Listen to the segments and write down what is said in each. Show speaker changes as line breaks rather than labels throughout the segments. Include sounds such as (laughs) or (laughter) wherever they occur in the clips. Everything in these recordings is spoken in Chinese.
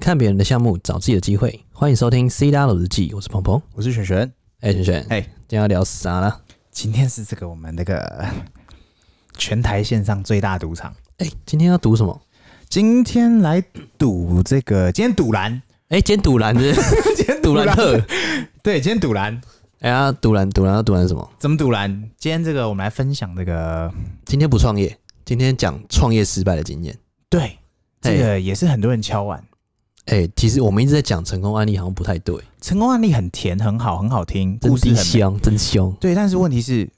看别人的项目，找自己的机会。欢迎收听《C W 日记》，我是鹏鹏。
我是璇璇。
哎、璇璇，
哎
今天要聊啥啦？
今天是这个我们那个 (laughs) 全台线上最大赌场，
哎、今天要赌什么？
今天来赌这个，今天赌蓝，
哎、今天赌蓝
(laughs)
是不是
今天
赌蓝特。
对，今天赌蓝，
哎呀，赌蓝，赌蓝要赌蓝什么？
怎么赌蓝？今天这个我们来分享这个，
今天不创业，今天讲创业失败的经验。
对，这
嘿
个也是很多人敲碗，
哎、其实我们一直在讲成功案例，好像不太对，
成功案例很甜，很好，很好听，
真
故事很美
香，真香。
对，但是问题是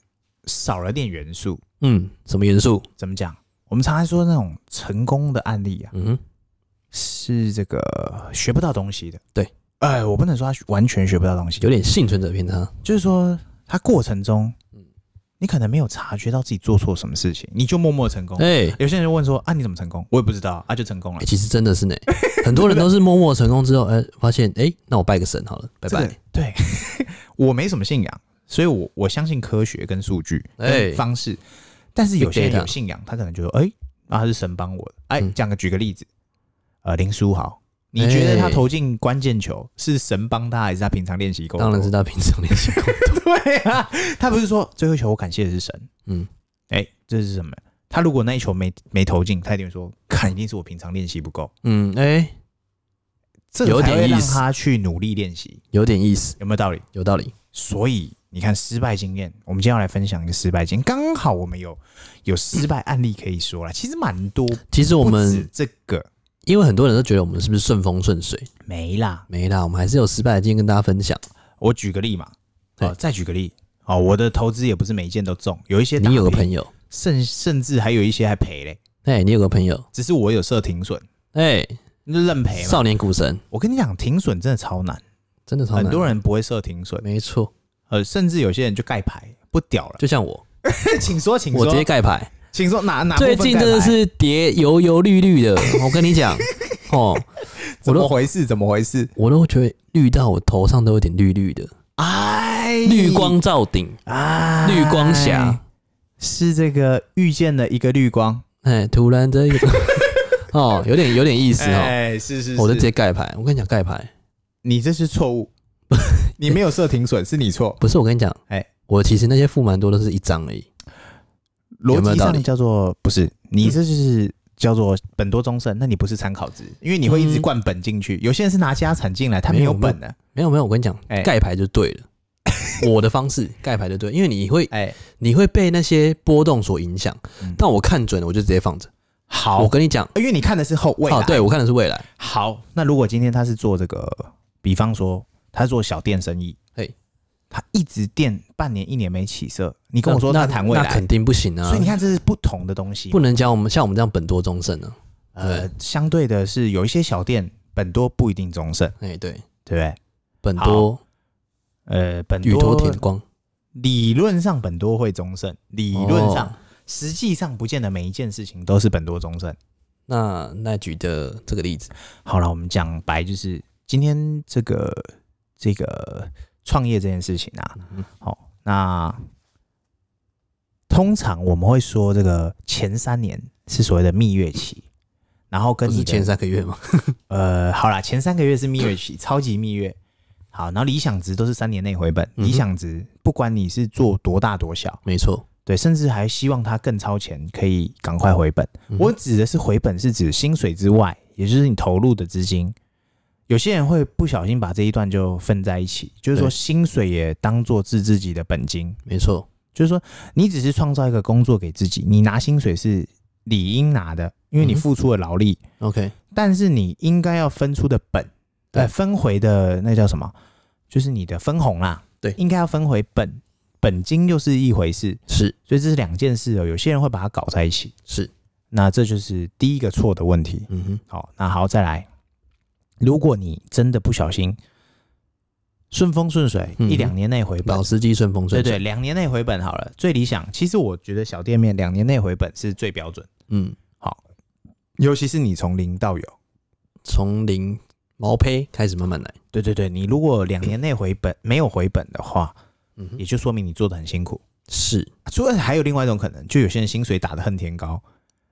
少了点元素，
嗯，什么元素？
怎么讲？我们常常说那种成功的案例啊，
嗯哼，
是这个学不到东西的。
对，
哎，我不能说他完全学不到东西，
有点幸存者偏差。
就是说他过程中
嗯，
你可能没有察觉到自己做错什么事情，你就默默成功。
哎、
有些人就问说啊，你怎么成功？我也不知道啊，就成功了
哎，。其实真的是呢，很多人都是默默成功之后，哎、发现哎、那我拜个神好了，拜
这
拜。
个对， (laughs) 我没什么信仰，所以我我相信科学跟数据
哎
跟方式，但是有些人
Big data
有信仰，他可能觉得哎，那、他是神帮我的。哎，
嗯
讲个举个例子，呃，林书豪。你觉
哎
得他投进关键球是神帮他，还是他平常练习够多？
当然是他平常练习功。
(laughs) 对啊，他不是说最后一球我感谢的是神，
嗯，
哎、这是什么？他如果那一球没没投进，他一定会说，看一定是我平常练习不够，
嗯，哎、
这个
有
才
点
会
意
让
思
他去努力练习，
有点意思，
有没有道理？
有道理。
所以你看失败经验，我们今天要来分享一个失败经验，刚好我们有有失败案例可以说了，其实蛮多，
其实我
不止
们
这个
因为很多人都觉得我们是不是顺风顺水，
没啦，
没啦，我们还是有失败的经验跟大家分享。
我举个例嘛，
对
哦，再举个例，哦，我的投资也不是每一件都中，有一些
你有个
打平
朋友，
甚甚至还有一些还赔嘞，
哎、你有个朋友，
只是我有设停损，
哎、
那就认赔嘛。
少年股神，
我跟你讲，停损真的超难，
真的超难。
很多人不会设停损，
没错，
呃，甚至有些人就盖牌不屌了。
就像我，
请说，请
我直接
说，
盖牌。
请说哪哪部分
最近
盖
真的
牌
是叠油油绿绿的，我跟你
(laughs)
讲，哦，我
怎么
都
回事？怎么回事？
我都觉得绿到我头上都有点绿绿的，
哎，
绿光照顶，
啊，
绿光侠，
是这个遇见了一个绿光，
哎、突然这一个， (laughs) 哦，有点有点意思哦。
哎，是是，是
我就直接盖牌。我跟你讲，盖牌
你这是错 (laughs) 误，你没有设停损，是你错，
不是我跟你讲，哎、
哎
我其实那些付蛮多都是一张而已。有
逻
没有
辑
道理
上叫做嗯不是，你这就是。叫做本多终身，那你不是参考值，因为你会一直
嗯
灌本进去。有些人是拿家产进来，他
没
没
有
有本的。
没有没有，我跟你讲，
哎
盖、牌就对了。 (laughs) 我的方式盖牌就对，因为你会
哎，
你会被那些波动所影响。
嗯
但我看准了，我就直接放着。
好
我，跟你讲，
因为你看的是后啊未来。
哦，对我看的是未来，
好，那如果今天他是做这个，比方说他做小店生意，
嘿，
他一直店半年一年没起色，你跟我说
那
他谈未
那
来
肯，定不行啊
所以。你看这是不同的东西。
不能教我们像我们这样本多终身啊。
呃，相对的是有一些小店本多不一定终身，
哎、对，
对不对？
本多
呃，本
宇多
多
田光，
理论上本多会终身，理论上、
哦
实际上不见得每一件事情都是本多终身。
那那举的这个例子，
好了，我们讲白就是今天这个这个创业这件事情啊，
嗯
好、那通常我们会说这个前三年是所谓的蜜月期，然后跟
不
你
是
的
前三个月吗？
呃，好啦，前三个月是蜜月期，超级蜜月。好，然后理想值都是三年内回本，
嗯哼
理想值不管你是做多大多小，
没错，
对，甚至还希望它更超前，可以赶快回本。
嗯哼
我指的是回本，是指薪水之外，也就是你投入的资金。有些人会不小心把这一段就分在一起，就是说
对
薪水也当做是自己的本金，
没错，
就是说你只是创造一个工作给自己，你拿薪水是理应拿的，因为你
嗯哼
付出了劳力，
OK，
但是你应该要分出的本，
对
呃，分回的那叫什么？就是你的分红啦，
对
应该要分回本，本金又是一回事，
是
所以这是两件事哦。有些人会把它搞在一起，
是，
那这就是第一个错的问题。
嗯哼，
好，那好，再来，如果你真的不小心顺风顺水，
嗯
一两年内回本
老，司机顺风
对
顺水，
对，两年内回本好了，最理想。其实我觉得小店面两年内回本是最标准，
嗯，
尤其是你从零到有。
从零毛坯开始慢慢来。
对对对，你如果两年内回本没有回本的话，
嗯哼，
也就说明你做的很辛苦。
是，
除了还有另外一种可能，就有些人薪水打得恨天高，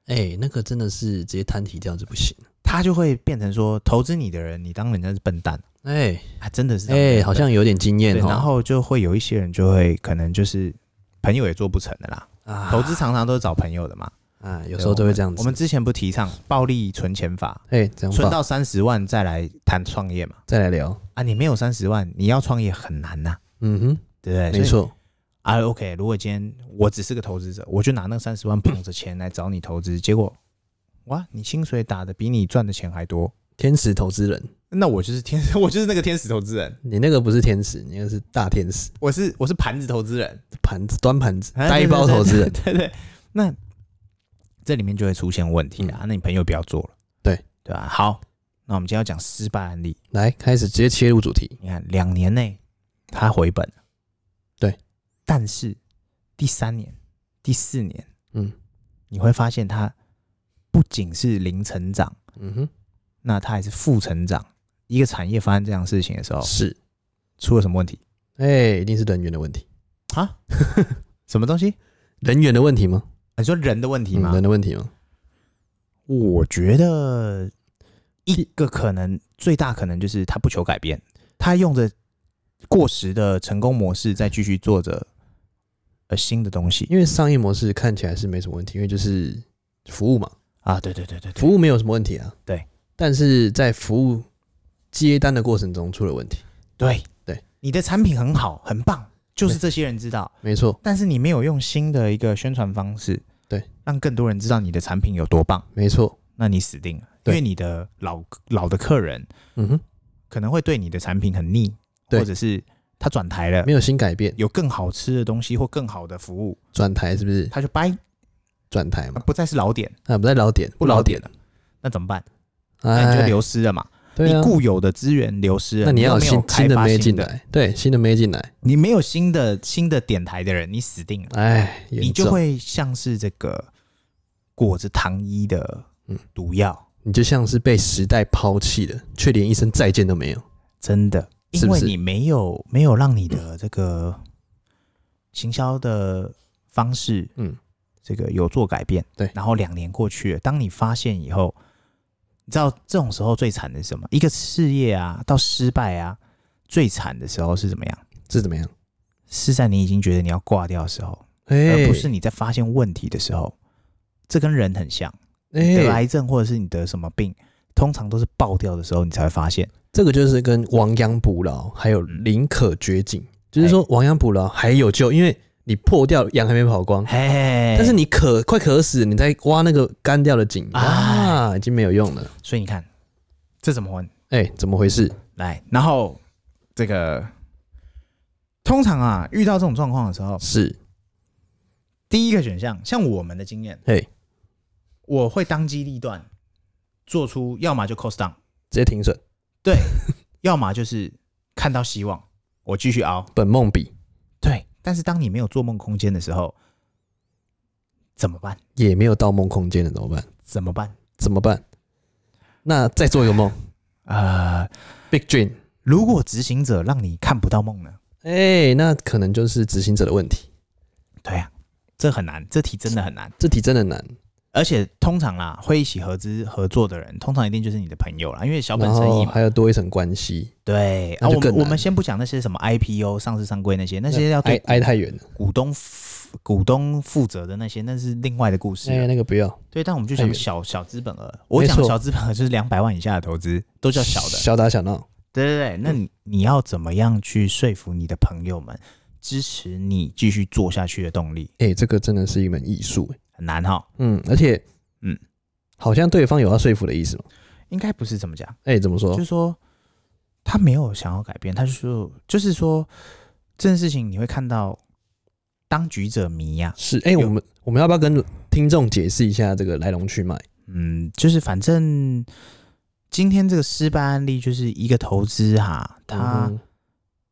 哎、那个真的是直接摊提掉就不行。
他就会变成说，投资你的人，你当人家是笨蛋
哎
啊，真的是这样
哎，
笨
好像有点经验
对，
哦。
然后就会有一些人就会可能就是朋友也做不成的啦。
啊
投资常常都是找朋友的嘛，
啊，有时候就会这样子。
我们之前不提倡暴力存钱法，
哎，这样
存
吧，
到三十万再来谈创业嘛。
再来聊。
啊，你没有三十万，你要创业很难呐、
嗯哼，
对不对？
没
哎所以
错。
啊，OK，如果今天我只是个投资者，我就拿那三十万 (coughs) 捧着钱来找你投资，结果哇，你薪水打的比你赚的钱还多，
天使投资人，
那我就是天，我就是那个天使投资人， (laughs)
你那个不是天使，你那个是大天使，
我是我是盘子投资人，
盘子端盘子，
啊
呆包投资人。
对对对，那这里面就会出现问题啊，那你朋友不要做了，
对
对吧、好，那我们今天要讲失败案例，
来，开始直接切入主题。
你看两年内他回本了，
对，
但是第三年、第四年，
嗯
你会发现他不仅是零成长，
嗯
那他还是负成长。一个产业发生这样的事情的时候
哼，，是，
出了什么问题
哎，一定是人员的问题，
啊？什么东西？啊
人员的问题吗？
你说人的问题吗？
嗯人的问题吗？
我觉得一个可能最大可能就是他不求改变，他用着过时的成功模式再继续做着呃新的东西
因为商业模式看起来是没什么问题，因为就是服务嘛，
啊，对对对对对，
服务没有什么问题啊。
对，
但是在服务接单的过程中出了问题，
对
对，
你的产品很好很棒，就是这些人知道，
没错，
但是你没有用新的一个宣传方式，
对，
让更多人知道你的产品有多棒，
没错。
那你死定了，因
对
为你的老老的客人
嗯哼，
可能会对你的产品很腻，
对
或者是他转台了
没。有新改变，
有更好吃的东西或更好的服务，
转台是不是
他就掰，
转台嘛？
不再是老点，
啊，不在老点，
不老点了，那怎么办？那你就
哎，
流失了嘛，
对啊
你。固有的资源流失了，
那你要有
又没
新
有
新
开
的
发
妹
新
进
的，
来，对，新的妹进来，
你没有新的新的点台的人，你死定了，
哎，
你
严
就
重
会像是这个裹着糖衣的
嗯
毒药，
你就像是被时代抛弃了，却连一声再见都没有。
真的，
是
因
不
为
是
你没有没有让你的这个行销的方式，
嗯，
这个有做改变，
对
然后两年过去了，当你发现以后，你知道这种时候最惨的是什么？一个事业啊，到失败啊，最惨的时候是怎么样？
是怎么样？
是在你已经觉得你要挂掉的时候，
哎，
而不是你在发现问题的时候。这跟人很像，你得
哎，
癌症或者是你得什么病，通常都是爆掉的时候你才会发现。
这个就是跟亡羊补牢，还有宁可绝境，就是
哎
说亡羊补牢还有救，因为你破掉羊还没跑光，
嘿，
嗯
但
但是你渴快渴死，你再挖那个干掉的
哎
井啊，已经没有用了。
所以你看，这怎么混？
哎，怎么回事？
来，然后这个通常啊，遇到这种状况的时候，
是，
第一个选项，像我们的经验，
嘿，
我会当机立断，做出要么就 cost down，
直接停损，
要么就是看到希望，我继续熬。
本梦比
对，但是当你没有做梦空间的时候，怎么办？
也没有盗梦空间了，怎么办？
怎么办？
怎么办？那再做一个梦 (laughs)
呃，
，Big Dream，
如果执行者让你看不到梦呢？
哎，那可能就是执行者的问题。
对啊，这很难，这题真的很难。
这题真的难，
而且通常啦，会一起合资合作的人，通常一定就是你的朋友啦，因为小本
然
生意
后
嘛。
还有多一层关系，
对，啊，
哦那就
我
更
们我
难哎
们先不讲那些什么 IPO 上市上柜那些，那些要
挨
对
挨太远了。
股东负股东负责的那些，那是啊另外的故事
哎、
了。
那个不要，
对，但我们就
太
讲
远
小小资本额，我讲
没错
小资本额就是两百万以下的投资都叫小的。
小打小闹。
对对对，那你你要怎么样去说服你的朋友们支持你继续做下去的动力？
哎、这个真的是一门艺术、哎
很难哈，
嗯，而且，
嗯，
好像对方有要说服的意思嘛。
应该不是这么讲。
哎、怎么说
就？是说他没有想要改变，他就说就是说这件事情你会看到当局者迷呀、
是哎、我们我们要不要跟听众解释一下这个来龙去脉？
嗯，就是反正今天这个失败案例就是一个投资哈，他
嗯哼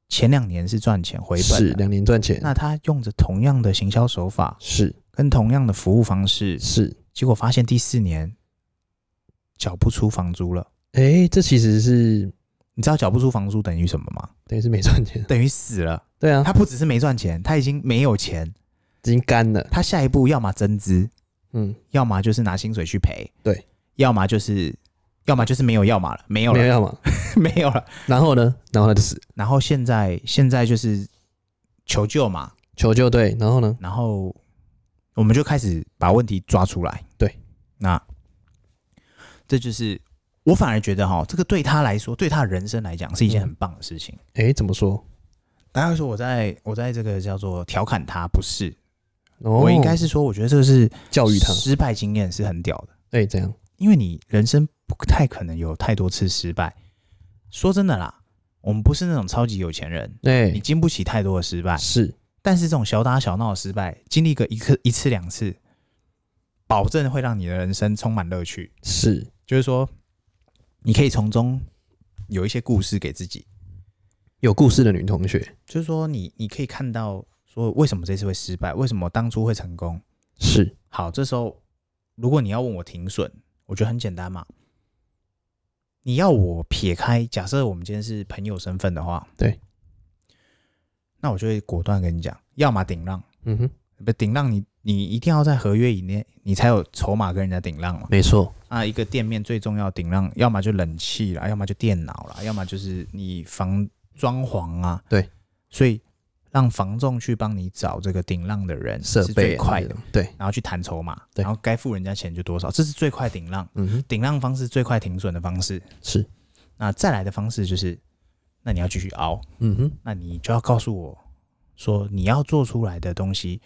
前两年是赚钱回
是
本的，
两年赚钱，
那他用着同样的行销手法
是
跟同样的服务方式，
是，
结果发现第四年缴不出房租了。
哎、这其实是
你知道缴不出房租等于什么吗？
等于是没赚钱。 (laughs)
等于死了。
对啊，
他不只是没赚钱，他已经没有钱，
已经干了。
他下一步要么增资，
嗯，
要么就是拿薪水去赔，
对，
要么就是要么就是没有要么了，没有
没有
了，
要嘛。
(laughs) 没有了。
然后呢，然后他就死，
然后现在现在就是求救嘛，
求救队。然后呢，
然后我们就开始把问题抓出来。
对，
那这就是我反而觉得哈，这个对他来说，对他的人生来讲
嗯
是一件很棒的事情。
哎，怎么说？
大家会说我在我在这个叫做调侃他，不是、
哦
我应该是说，我觉得这个是
教育他。
失败经验是很屌的。
哎，这样
因为你人生不太可能有太多次失败。说真的啦，我们不是那种超级有钱人，你哎
哎
经不起太多的失败。
是
但是这种小打小闹的失败，经历个一次一次两次，保证会让你的人生充满乐趣。
是，
就是说，你可以从中有一些故事给自己，
有故事的女同学
就是说你你可以看到说为什么这次会失败，为什么当初会成功。
是
好，这时候如果你要问我停损，我觉得很简单嘛。你要我撇开，假设我们今天是朋友身份的话，
对，
那我就会果断跟你讲，要么顶让，
嗯哼，
不顶让你你一定要在合约以内，你才有筹码跟人家顶让嘛。
没错，
啊，一个店面最重要的顶让，要么就冷气啦，要么就电脑啦，要么就是你房装潢啊。
对，
所以让房仲去帮你找这个顶让的人
设
是
备
最
啊
快
那
的，
种对，
然后去谈筹码，
对
然后该付人家钱就多少，这是最快顶让，
嗯哼，
顶让方式最快停损的方式。
是，
那再来的方式就是，那你要继续熬，
嗯哼，
那你就要告诉我说你要做出来的东西，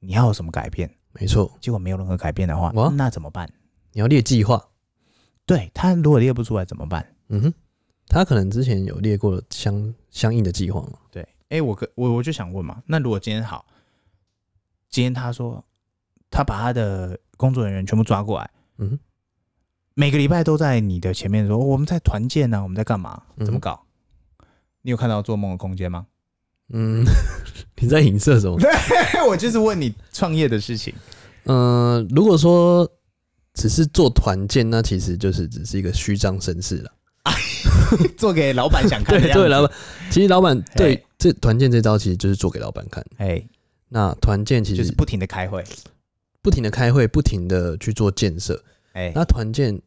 你要有什么改变。
没错，
结果没有任何改变的话
哇，
那怎么办？
你要列计划，
对他如果列不出来怎么办？
嗯哼，他可能之前有列过相相应的计划嘛，
对，哎、我跟我我就想问嘛，那如果今天好，今天他说他把他的工作人员全部抓过来，
嗯哼，
每个礼拜都在你的前面说、哦我们在团建呢、我们在干嘛？
嗯哼
怎么搞？你有看到做梦的空间吗？
嗯， (laughs) 你在影射什么？
(laughs) 我就是问你创业的事情。
嗯、如果说只是做团建，那其实就是只是一个虚张声势了。
(laughs) 做给老板想看的
对
样子。
对，老板，其实老板对
嘿
这团建这招其实就是做给老板看。
哎、
那团建其
就是
实
不停的开会，
不停的开会，不停的去做建设。
哎、
那团建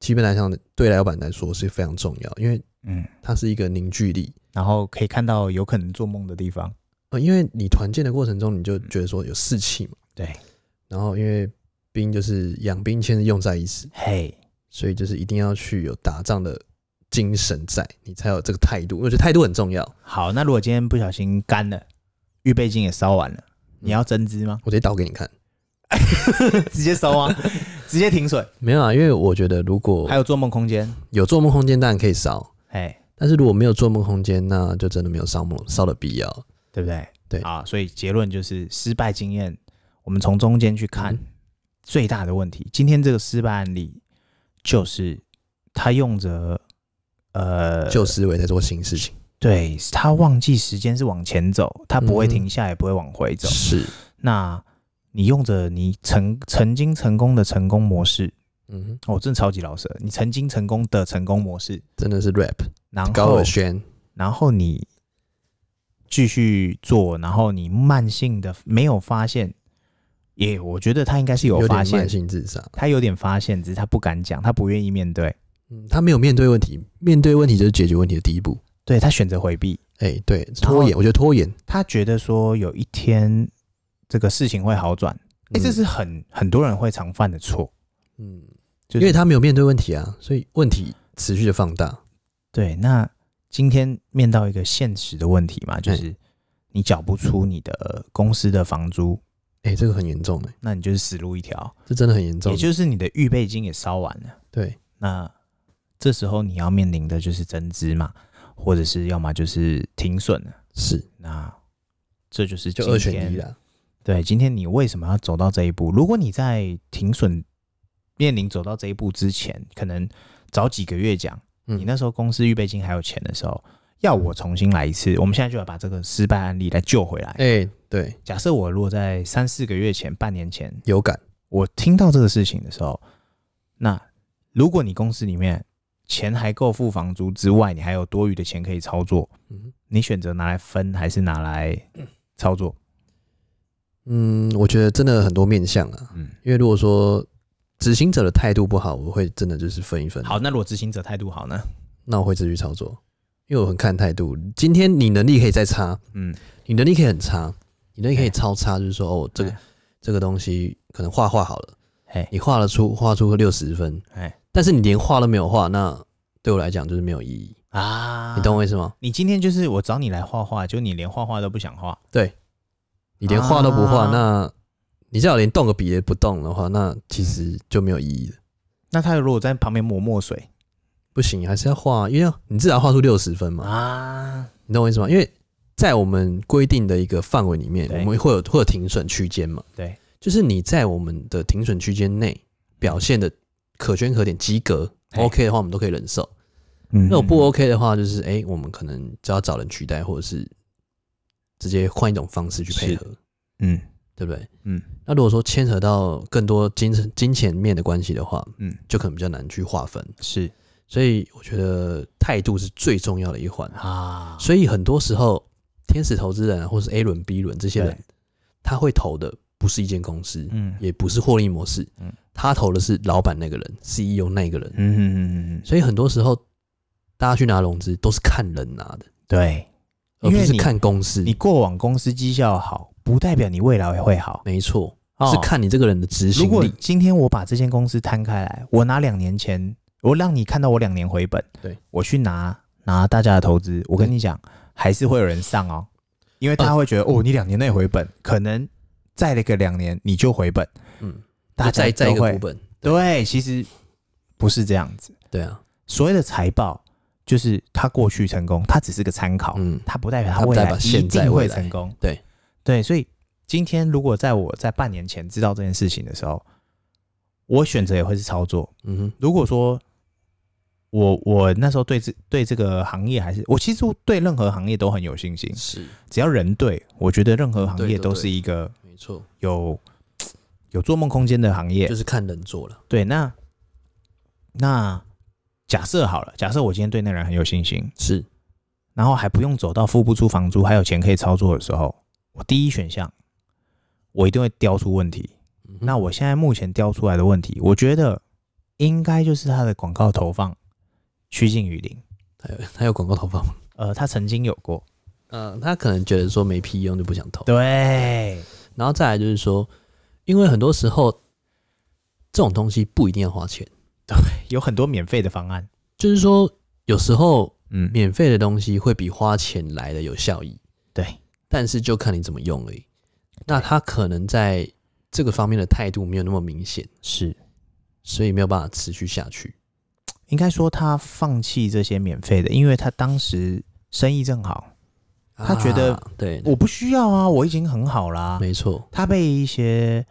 基本来上对老板来说是非常重要，因为
嗯，
它是一个凝聚力。
然后可以看到有可能做梦的地方。
呃，因为你团建的过程中，你就觉得说有士气嘛。
嗯对，
然后因为兵就是养兵千日用在一时，
嘿，
所以就是一定要去有打仗的精神在，你才有这个态度。我觉得态度很重要。
好，那如果今天不小心干了，预备金也烧完了，你要增资 (laughs) 吗？
我直接倒给你看，
直接收 (laughs) 啊，直接停损。
没有啊，因为我觉得如果
还有做梦空间，
有做梦空间，当然可以烧；
哎，
但是如果没有做梦空间，那就真的没有烧梦烧的必要。
对不对？
对
啊，所以结论就是失败经验，我们从中间去看
嗯
最大的问题。今天这个失败案例就是他用着呃，
旧思维在做新事情，
对他忘记时间是往前走，他不会
嗯
停下，也不会往回走。
是，
那你用着你曾曾经成功的成功模式，
嗯哼，
哦，真的超级老舍，你曾经成功的成功模式，
真的是 rap
然
高
后
尔宣，
然后你继续做，然后你慢性的没有发现，也我觉得他应该是有
有
发
点慢
现，
性自杀。
他有点发现，只是他不敢讲，他不愿意面对，
嗯，他没有面对问题，面对问题就是解决问题的第一步。
对他选择回避，
哎、对，
然后
拖延，我觉得拖延，
他觉得说有一天这个事情会好转，
嗯
哎、这是很很多人会常犯的错，
嗯，
就是
因为他没有面对问题啊，所以问题持续的放大。
对，那今天面到一个现实的问题嘛，就是你缴不出你的公司的房租，
哎、这个很严重哎、
那你就是死路一条，
这真的很严重
也。就是你的预备金也烧完了。
对，
那这时候你要面临的就是增资嘛，或者是要么就是停损了。
是
那这就是
就
今
二选一
天
啦。
对，今天你为什么要走到这一步？如果你在停损面临走到这一步之前，可能早几个月讲，
嗯
你那时候公司预备金还有钱的时候，要我重新来一次，我们现在就要把这个失败案例来救回来。
哎、对，
假设我如果在三四个月前、半年前，
有感，
我听到这个事情的时候，那如果你公司里面钱还够付房租之外，你还有多余的钱可以操作，
嗯
你选择拿来分还是拿来操作？
嗯，我觉得真的很多面向啊。
嗯，
因为如果说执行者的态度不好，我会真的就是分一分。
好，，那如果执行者态度好呢？
那我会继续操作，因为我很看态度。今天你能力可以再差，
嗯，
你能力可以很差，你能力可以
哎
超差，就是说哦，这个
哎
这个东西可能画画好了，
哎
你画了出画出个六十分，
哎
但是你连画都没有画，那对我来讲就是没有意义。
啊，
你懂我意思吗？
你今天就是我找你来画画，就你连画画都不想画，
你连画都不画，
啊
那你只要连动个笔也不动的话，那其实就没有意义了。
那他如果在旁边抹墨水
不行，还是要画，因为你至少要画出六十分嘛，
啊，
你懂我意思吗？因为在我们规定的一个范围里面，
对
我们会有会有停损区间嘛，
对，
就是你在我们的停损区间内表现的可圈可点、及格
哎
，OK 的话，我们都可以忍受。
嗯
那我不 OK 的话，就是哎、诶我们可能就要找人取代，或者是直接换一种方式去配
是
合，
嗯
对不对？
嗯
那如果说牵扯到更多金金钱面的关系的话，
嗯
就可能比较难去划分。
是
所以我觉得态度是最重要的一环。
啊，
所以很多时候，天使投资人啊或是 A 轮、B 轮这些人
对，
他会投的不是一间公司，
嗯
也不是获利模式
嗯，
他投的是老板那个人、CEO 那个人。
嗯嗯嗯嗯，
所以很多时候，大家去拿融资都是看人拿的，
对，
而不
因为
是
你
看公司
你。过往公司绩效好，不代表你未来会好，
没错，
哦
是看你这个人的执
如
行
果
力。
今天我把这间公司摊开来，我拿两年前，我让你看到我两年回本，
对
我去拿拿大家的投资，我跟你讲，还是会有人上哦，因为大家会觉得、哦，你两年内回本，可能再了个两年你就回本，
嗯，
大家
再再一
都
个股
会
本，
对，其实不是这样子。
对啊，
所谓的财报，就是他过去成功，他只是个参考，
嗯，
它不代表它
它不
未
代
来
表
一
现在
定
未
会
来
成功。
对
对，所以今天如果在我在半年前知道这件事情的时候，我选择也会是操作。
嗯哼，
如果说我我那时候对这对这个行业还是我其实对任何行业都很有信心，
是
只要人对，我觉得任何行
对
业
对
都是一个
没错，
有有做梦空间的行业
就。是看人做了。
对，那那假设好了，假设我今天对那个人很有信心，
是，
然后还不用走到付不出房租还有钱可以操作的时候，我第一选项我一定会雕出问题。
嗯哼
那我现在目前雕出来的问题，我觉得应该就是它的广告投放趋近于零。
还 (laughs) 有还有广告投放吗？
呃，他曾经有过，
呃，他可能觉得说没屁用就不想投，
对，
然后再来就是说，因为很多时候这种东西不一定要花钱，
有很多免费的方案。
就是说有时候
嗯，
免费的东西会比花钱来的有效益，
对，
但是就看你怎么用而已。那他可能在这个方面的态度没有那么明显，
是
所以没有办法持续下去。
应该说他放弃这些免费的，因为他当时生意正好，他觉得
啊对，
我不需要啊，我已经很好啦。
没错，
他被一些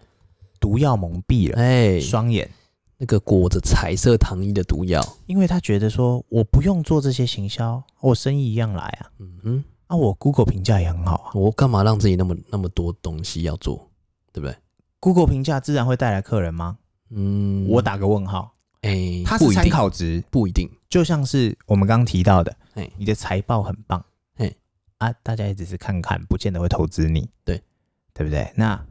毒药蒙蔽了
哎，
双眼。
那个裹着彩色糖衣的毒药，
因为他觉得说我不用做这些行销，我生意一样来啊，
嗯哼，
啊，我 Google 评价也很好啊
我干嘛让自己那么那么多东西要做，对不对？
，Google 评价自然会带来客人吗？
嗯，
我打个问号，
哎、
它
不
是
一
参
定，
考值，
不一定，
就像是我们刚刚提到的
嘿，
你的财报很棒，
嘿，
啊，大家也只是看看，不见得会投资你，
对，
对不对？那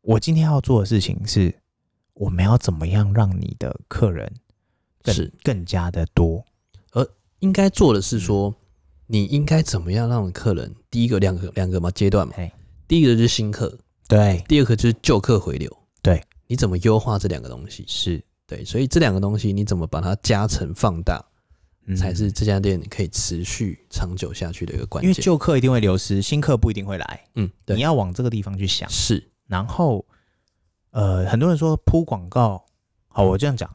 我今天要做的事情是，我们要怎么样让你的客人更
是
更加的多，
应该做的是
嗯
说，你应该怎么样让客人第一个两个两个嘛阶段嘛，
嘿，
第一个就是新客，
对，
第二个就是旧客回流，
对，
你怎么优化这两个东西？
是，
对，所以这两个东西你怎么把它加成放大，
嗯
才是这家店可以持续长久下去的一个关
因为
键。
旧客一定会流失，新客不一定会来。
嗯，
你
对，
要往这个地方去想。
是
然后，呃，很多人说铺广告，好，我这样讲，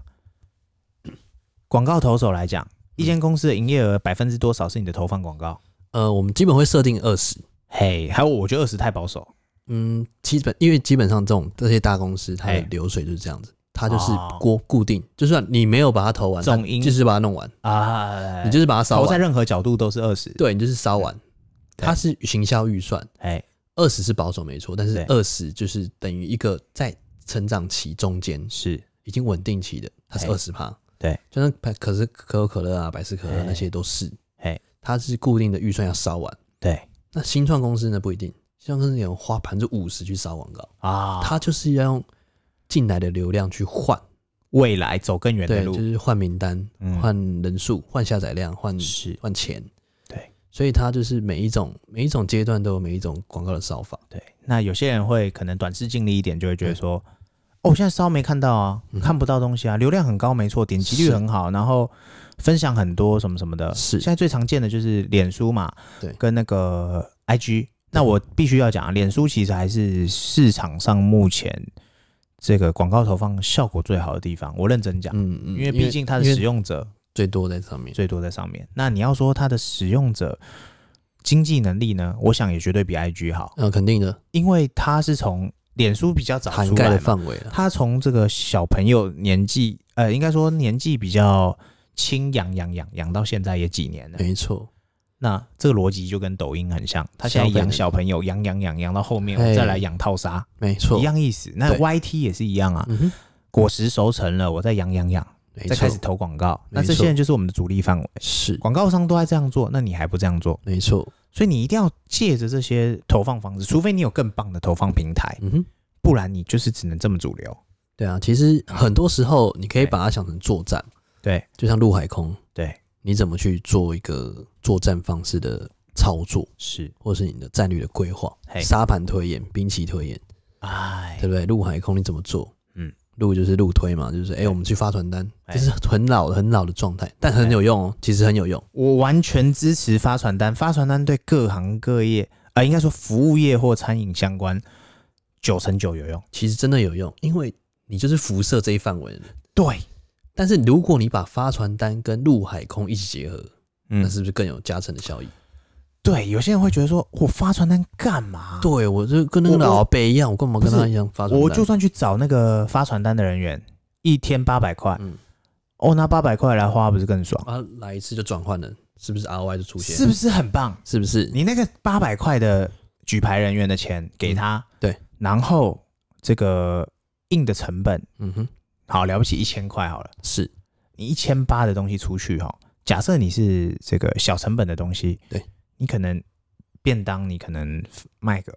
广告投手来讲，一间公司的营业额百分之多少是你的投放广告？
呃，我们基本会设定二十。
嘿，还有我觉得二十太保守，
嗯，基本因为基本上这种这些大公司，它的
哎
流水就是这样子，它就是
哦
固固定，就算你没有把它投完，它
总盈
就是把它弄完，
啊，
你就是把它烧
投在
完，
任何角度都是二十。
对，你就是烧完。
对
它是行销预算，
哎，
二十是保守没错，但是
对
二十就是等于一个在成长期中间
是
已经稳定期的，它是
哎
二十趴。
对，
就像百可是可口可乐啊、百事可乐
哎
那些都是，
哎，
它是固定的预算要烧完。
对
那新创公司呢不一定，新创公司有花百分之五十去烧广告，
啊，
它就是要用进来的流量去换
未来走更远的
对，
路。
就是换名单、
嗯
换人数、换下载量、换
是
换钱。
对，
所以它就是每一种每一种阶段都有每一种广告的烧法。
对，那有些人会可能短视近利一点，就会
嗯
觉得说，哦，我现在烧没看到啊，看不到东西啊，流量很高没错，点击率
是
很好，然后分享很多什么什么的。
是
现在最常见的就是脸书嘛，
对
跟那个 IG。那我必须要讲啊，脸书其实还是市场上目前这个广告投放效果最好的地方。我认真讲，
嗯嗯，
啊因为毕竟它的
因为
使用者
最多在上面。
最多在上面。那你要说它的使用者经济能力呢，我想也绝对比 IG 好。
嗯、肯定的，
因为它是从脸书比较早
涵
出
盖
来
的
嘛，
范围了。
它从这个小朋友年纪，呃，应该说年纪比较轻，养养养养到现在也几年了。
没错，
那这个逻辑就跟抖音很像，它现在
消费
养
能
小朋友，养养养养到后面，
嘿
我再来养套杀，
没错
一。样意思。那
对
YT 也是一样啊，
嗯哼，
果实熟成了，我再养养养，
没
再开始
错，
投广告。
没
那
错
这些人就是我们的主力范围，
是
广告商都在这样做，那你还不这样做？
没错。
所以你一定要借着这些投放方式，除非你有更棒的投放平台，
嗯哼，
不然你就是只能这么主流。
对啊，其实很多时候你可以
对
把它想成作战，
对
就像陆海空，
对，
你怎么去做一个作战方式的操作，
是，
或是你的战略的规划
嘿，
沙盘推演、兵棋推演，
哎，
对不对？陆海空你怎么做？
嗯，
陆就是陆推嘛，就是哎、我们去发传单，
哎
这是很老很老的状态，但很有用哦，其实很有用。
我完全支持发传单，发传单对各行各业，啊、应该说服务业或餐饮相关，九成九有用。
其实真的有用，因为你就是辐射这一范围的人。
对，
但是如果你把发传单跟陆海空一起结合，那
嗯，
是不是更有加成的效益？
对，有些人会觉得说，我发传单干嘛？
对我就跟那个
啊我
老阿伯一样，我干嘛跟
不
他
是
一样发传单？
我就算去找那个发传单的人员，一天八百块，
嗯
哦，拿八百块来花不是更爽？
啊来一次就转换了，是不是 ROI 就出现？
是不是很棒？
是不是？
你那个八百块的举牌人员的钱给他，
嗯对，
然后这个印的成本，
嗯哼，
好了不起一千块好了，
是
你一千八的东西出去哈，假设你是这个小成本的东西，
对，
你可能便当你可能卖个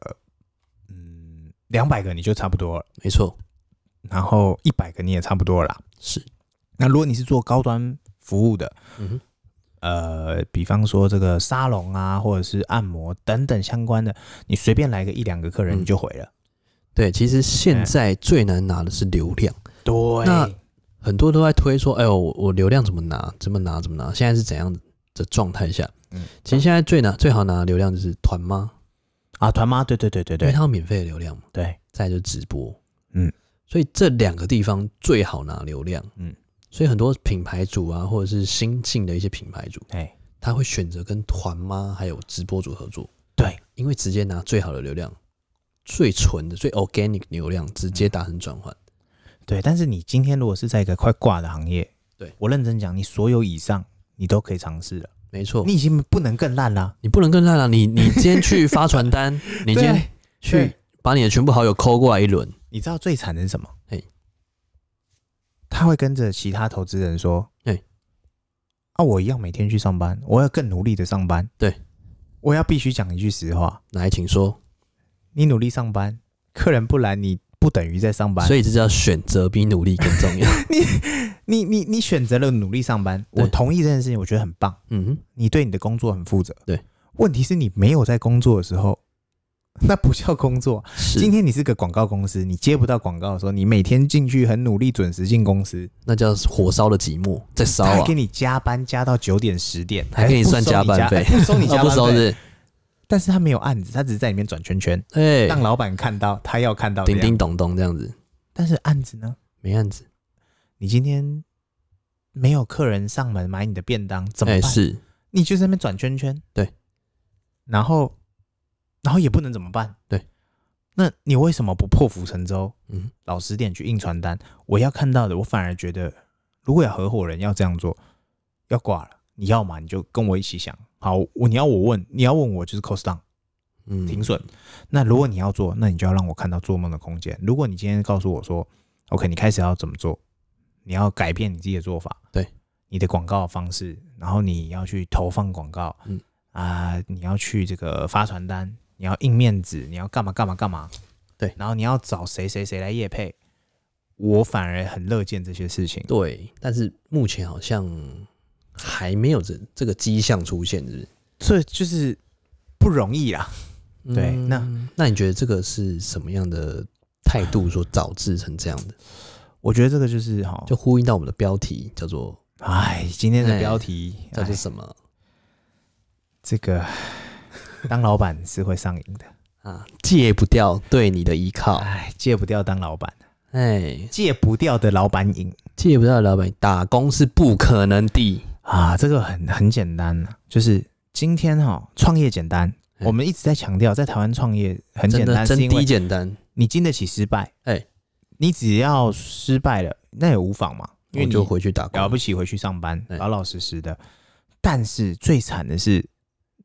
嗯两百个你就差不多了，
没错，
然后一百个你也差不多了啦。
是
那如果你是做高端服务的，
嗯哼，
呃，比方说这个沙龙啊，或者是按摩等等相关的，你随便来个一两个客人
嗯
你就毁了。
对。其实现
哎
在最难拿的是流量。
对，
那很多都在推说，哎呦，我我流量怎么拿，怎么拿，怎么拿？现在是怎样的状态下？
嗯
其实现在最拿最好拿的流量就是团妈，
啊，团妈，对对对对
因为
对
它有免费的流量嘛，
对，
再来就是直播，
嗯，
所以这两个地方最好拿流量，
嗯，
所以很多品牌主啊，或者是新进的一些品牌主，
哎，
他会选择跟团妈还有直播主合作，
对，
因为直接拿最好的流量。最纯的、最 organic 流量直接达成转换，
对，但是你今天如果是在一个快挂的行业，
对
我认真讲，你所有以上你都可以尝试了，
没错。
你已经不能更烂啦。
你不能更烂了、你你今天去发传
(laughs)
单，你今天
对
去把你的全部好友抠过来一轮，
你知道最惨的是什么？
嘿，
他会跟着其他投资人说，
嘿，
啊，我一样每天去上班，我要更努力的上班，
对，
我要必须讲一句实话，
来，请说。
你努力上班，客人不来，你不等于在上班。
所以这叫选择比努力更重
(laughs)
要。
你你你选择了努力上班，
对
我同意这件事情，我觉得很棒。
嗯哼，
你对你的工作很负责。
对，
问题是你没有在工作的时候， (laughs) 那不叫工作。今
是，
天你是个广告公司，你接不到广告的时候，你每天进去很努力，准时进公司，
那叫火烧的寂寞，在烧
他还
啊
给，你加班加到九点十点，哎
还给你
不
算
收
加
你
班费，
还
(laughs)
不收你加
啊不
班
收
费。
是？
但是他没有案子，他只是在里面转圈圈，
哎，
让老板看到他要看到的
叮
样子。
叮咚咚这样子，
但是案子呢？
没案子。
你今天没有客人上门买你的便当，怎么
哎，
办？
是
你就在那边转圈圈，
对，
然后，然后也不能怎么办，
对，
那你为什么不破釜沉舟？
嗯，
老实点去印传单？我要看到的，我反而觉得，如果有合伙人要这样做，要挂了，你要嘛你就跟我一起想，好，我你要我问，你要问我就是 cost down
嗯，
停损。那如果你要做，那你就要让我看到做梦的空间。如果你今天告诉我说，OK，你开始要怎么做，你要改变你自己的做法，
对，
你的广告方式，然后你要去投放广告，
嗯
啊、你要去这个发传单，你要印面子，你要干嘛干嘛干嘛，
对
然后你要找谁谁谁来业配，我反而很乐见这些事情。
对，但是目前好像还没有这这个迹象出现，是不是？
这就是不容易啊啦。对
嗯
那
那你觉得这个是什么样的态度所导致成这样的？
我觉得这个就是哈，
就呼应到我们的标题，叫做
哎，今天的
哎
标题
叫做
哎
什么
这
(laughs)
个当老板是会上瘾的，
啊？戒不掉对你的依靠，
哎，戒不掉当老板，
哎，
戒不掉的老板瘾
戒不掉的老板打工是不可能的。
啊，这个很很简单啊，就是今天哈，创业简单，
哎
我们一直在强调，在台湾创业很简
真
单，
的
是
真
因为
的简单，
你经得起失败，
哎，
你只要失败了，那也无妨嘛，因为
我
你
就回哎去打工，
了不起回去上班，
对
老老实实的。但是最惨的是，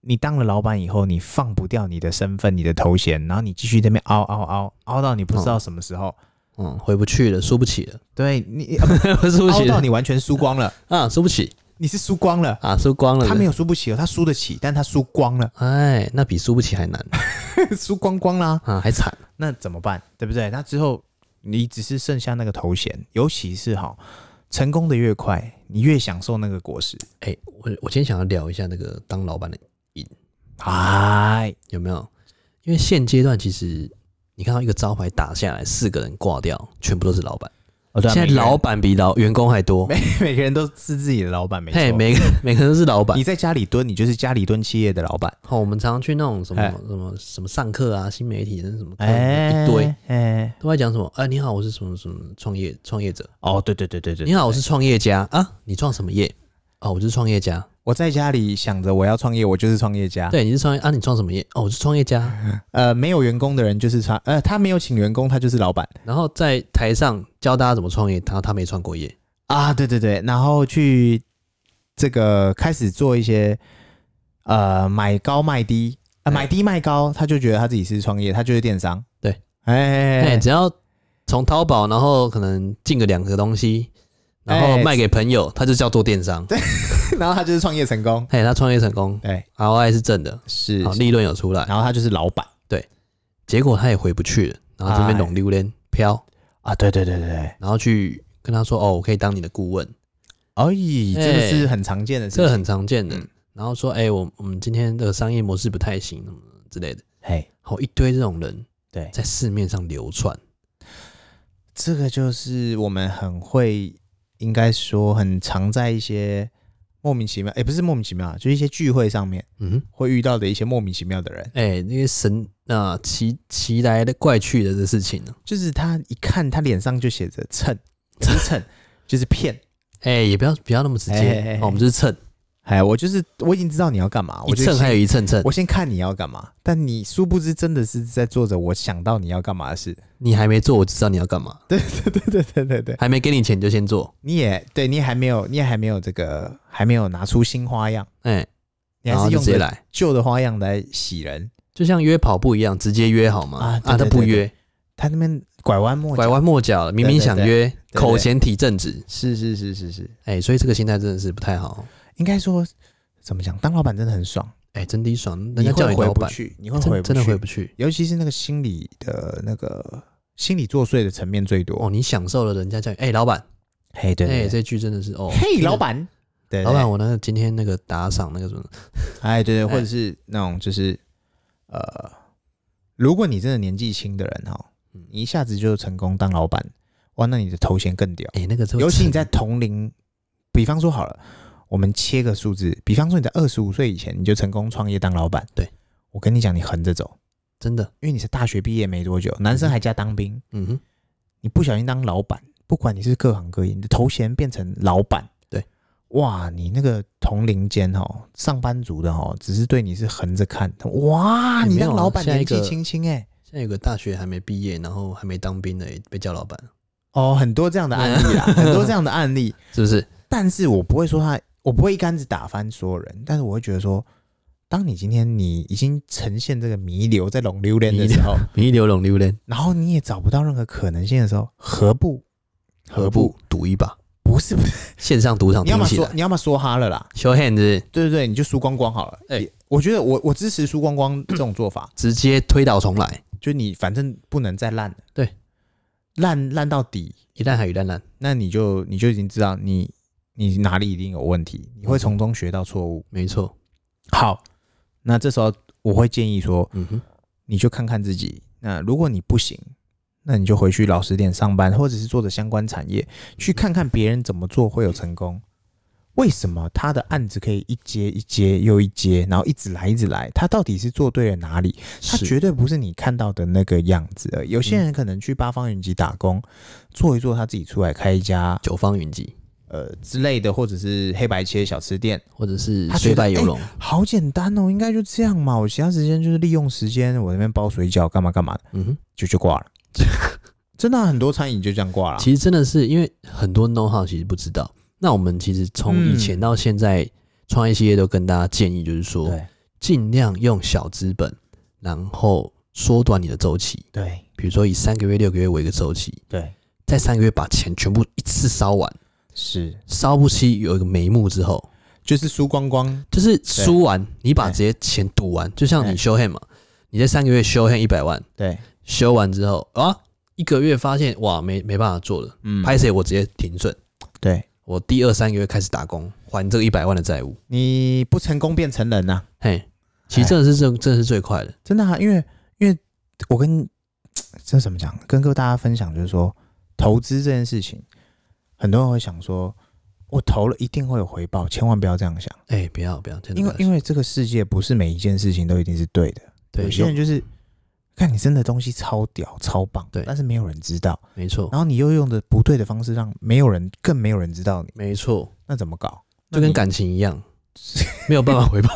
你当了老板以后，你放不掉你的身份、你的头衔，然后你继续在那边凹凹凹凹到你不
哦
知道什么时候，
嗯，回不去了，输不
(laughs)
起了，
对你啊不
输不
凹
起
到
了
你完全输光 (laughs) 了，
啊，输不起
你是输光了。
啊，输光了。
他没有输不起哦，他输得起，但他输光 (laughs) 了，
哎，那比输不起还难
输光光啦，
啊，还惨。
那怎么办？对不对？那之后你只是剩下那个头衔，尤其是哈，成功的越快，你越享受那个果实。
哎、我我今天想要聊一下那个当老板的
哎，
有没有？因为现阶段其实你看到一个招牌打下来，四个人挂掉，全部都是老板。
哦对啊
现
每
在
个人
老板比老员工还多，
(laughs) 每个人都是自己的老板，没
嘿，
错。
每个每个人都是老板
你。在家里蹲，你就是家里蹲企业的老板，
好、我们常常去那种什么
哎
什么什么上课啊，新媒体那什么课，
哎，
一堆
哎，
都在讲什么？哎、你好，我是什么什么创业创业者。
哦，对对对对对，
你好，我是创业家啊。你创什么业？哦，我是创业家。
我在家里想着我要创业，我就是创业家。
对，你是创业啊？你创什么业？哦，我是创业家。
呃，没有员工的人就是创，呃，他没有请员工，他就是老板
然后在台上教大家怎么创业，然后他没创过业，
啊，对对对，然后去这个开始做一些呃买高卖低，啊、
哎
买低卖高，他就觉得他自己是创业，他就是电商。
对，
哎哎
哎、
哎，
只要从淘宝，然后可能进个两个东西，然后
哎
卖给朋友，他就叫做电商。对，
(laughs) 然后他就是创业成功。
哎，他创业成功
对，
，ROI 是正的，
是，
好，利润有出来，
然后他就是老板
结果他也回不去了，然后这边
哎
拢榴莲飘，
啊，对对对对对。
然后去跟他说，哦，我可以当你的顾问，
哎，这个是很常见的事
这
情。
个很常见的
嗯。
然后说，哎、我我们今天的商业模式不太行，什么之类的，
嘿，
好一堆这种人
对，
在市面上流窜，
这个就是我们很会，应该说很常在一些莫名其妙，也不是莫名其妙啊，就是一些聚会上面
嗯哼。
会遇到的一些莫名其妙的人，
哎、那些神啊奇奇来的怪去的这事情呢、
就是他一看他脸上就写着蹭，只是蹭，就是骗。
哎、也不要不要那么直接，
哎哎哎
哦我们就是蹭
哎，我就是我已经知道你要干嘛，
一
我就
蹭还
先
有一蹭蹭，
我先看你要干嘛，但你殊不知真的是在做着我想到你要干嘛
(laughs)
的事。
你还没做我就知道你要干嘛，
对对对对对，
还没给你钱就先做，
你也对你还没有，你也还没有这个，还没有拿出新花样，
哎、
你
然
还
后
是
就
用
直接
着
来，
旧的花样来洗人，
就像约跑步一样，直接约好吗？
啊
啊，
对
他
对
不
对对
约，
他那边拐弯抹角
拐弯抹角了，明明想约，口嫌体正直，
是是是是是，
哎、所以这个心态真的是不太好，
应该说怎么讲？当老板真的很爽，
哎、真的爽，人
你
家叫
会
你
回
老
不
板，
去，你会回
真
不
真的回
去，
不去。
尤其是那个心理的那个心理作祟的层面最
哦，
多。
你享受了人家叫你，哎、老板，
嘿，对
哎、
对对，
这句真的是哦，
嘿，老，板，对
老板，，我那个今天那个打赏那个什么，
对哎，对对，
哎
或者是那种就是呃，如果你真的年纪轻的人哈，
嗯
你一下子就成功当老板，哇，那你的头衔更屌。
哎、那个是会
尤其你
蹭
在同龄，比方说好了，我们切个数字，比方说你在二十五岁以前你就成功创业当老板，
对
我跟你讲，你横着走，
真的，
因为你是大学毕业没多久，男生还加当兵，
嗯哼，
你不小心当老板，不管你是各行各业，你的头衔变成老板，
对，
哇，你那个同龄间哦，上班族的哦，只是对你是横着看，哇，
哎
你
没有
当
啊
老板
下一
年纪
个
轻轻哎，
现在有个大学还没毕业，然后还没当兵的，也被叫老板，
哦，很多这样的案例
(laughs)
啦，很多这样的案例，
是不是？
但是我不会说他，我不会一竿子打翻所有人，但是我会觉得说，当你今天你已经呈现这个弥留在龙榴莲的时候，
迷流龙榴莲，
然后你也找不到任何可能性的时候，何不
何不赌一把？
不是不是？
线上赌场
你要
哦听
么
起
说
来
你要么说哈了啦，
，show hand 是不是
对对对，你就输光光好了。
哎
也我觉得我我支持输光光这种做法，
直接推倒重来，
就你反正不能再烂了。
对，
烂烂到底，
一烂还一烂烂，
那你就你就已经知道你你哪里一定有问题，你
嗯
会从中学到错误。
没错。
好，那这时候我会建议说，
嗯哼，
你就看看自己。那如果你不行，那你就回去老实点上班，或者是做着相关产业，去看看别人怎么做会有成功。为什么他的案子可以一接一接又一接，然后一直来一直来？他到底是做对了哪里？他
是
绝对不是你看到的那个样子而已。有些人可能去八方云集打工，做一做，他自己出来开一家
九方云集，
呃之类的，或者是黑白切小吃店，
或者是
他觉
虽
得
败犹荣，
好简单哦，应该就这样嘛。我其他时间就是利用时间，我那边包水饺干嘛干嘛的
嗯哼，
就就 (laughs) 挂了。真的啊、很多餐饮就这样挂了啊。
其实真的是因为很多 know how 其实不知道。那我们其实从以前到现在，创业系列都跟大家建议，就是说
对
尽量用小资本，然后缩短你的周期。
对
比如说以三个月、六个月为一个周期，
对，
在三个月把钱全部一次烧完，
是，
烧不期有一个眉目之后，
就是输光光。
就是输完你把直接钱赌完，就像
对
你修 hand 嘛，你在三个月修 hand 一百万，
对，
修完之后啊，一个月发现哇没没办法做了，
嗯
拍谁我直接停损，
对，
我第二三个月开始打工还这个一百万的债务，
你不成功变成人啊呐、
嘿，其实真的是这真的是最快的，
真的啊，因为因为我跟这怎么讲，跟各位大家分享就是说，投资这件事情，很多人会想说，我投了一定会有回报，千万不要这样想，
哎，不要不要，真的
因
不
为
要
因为这个世界不是每一件事情都一定是对的，
对
有些人
用
就是。看你真的东西超屌超棒，
对
但是没有人知道，
没错
然后你又用的不对的方式，让没有人更没有人知道你，
没错，
那怎么搞？
就跟感情一样， (laughs) 没有办法回报，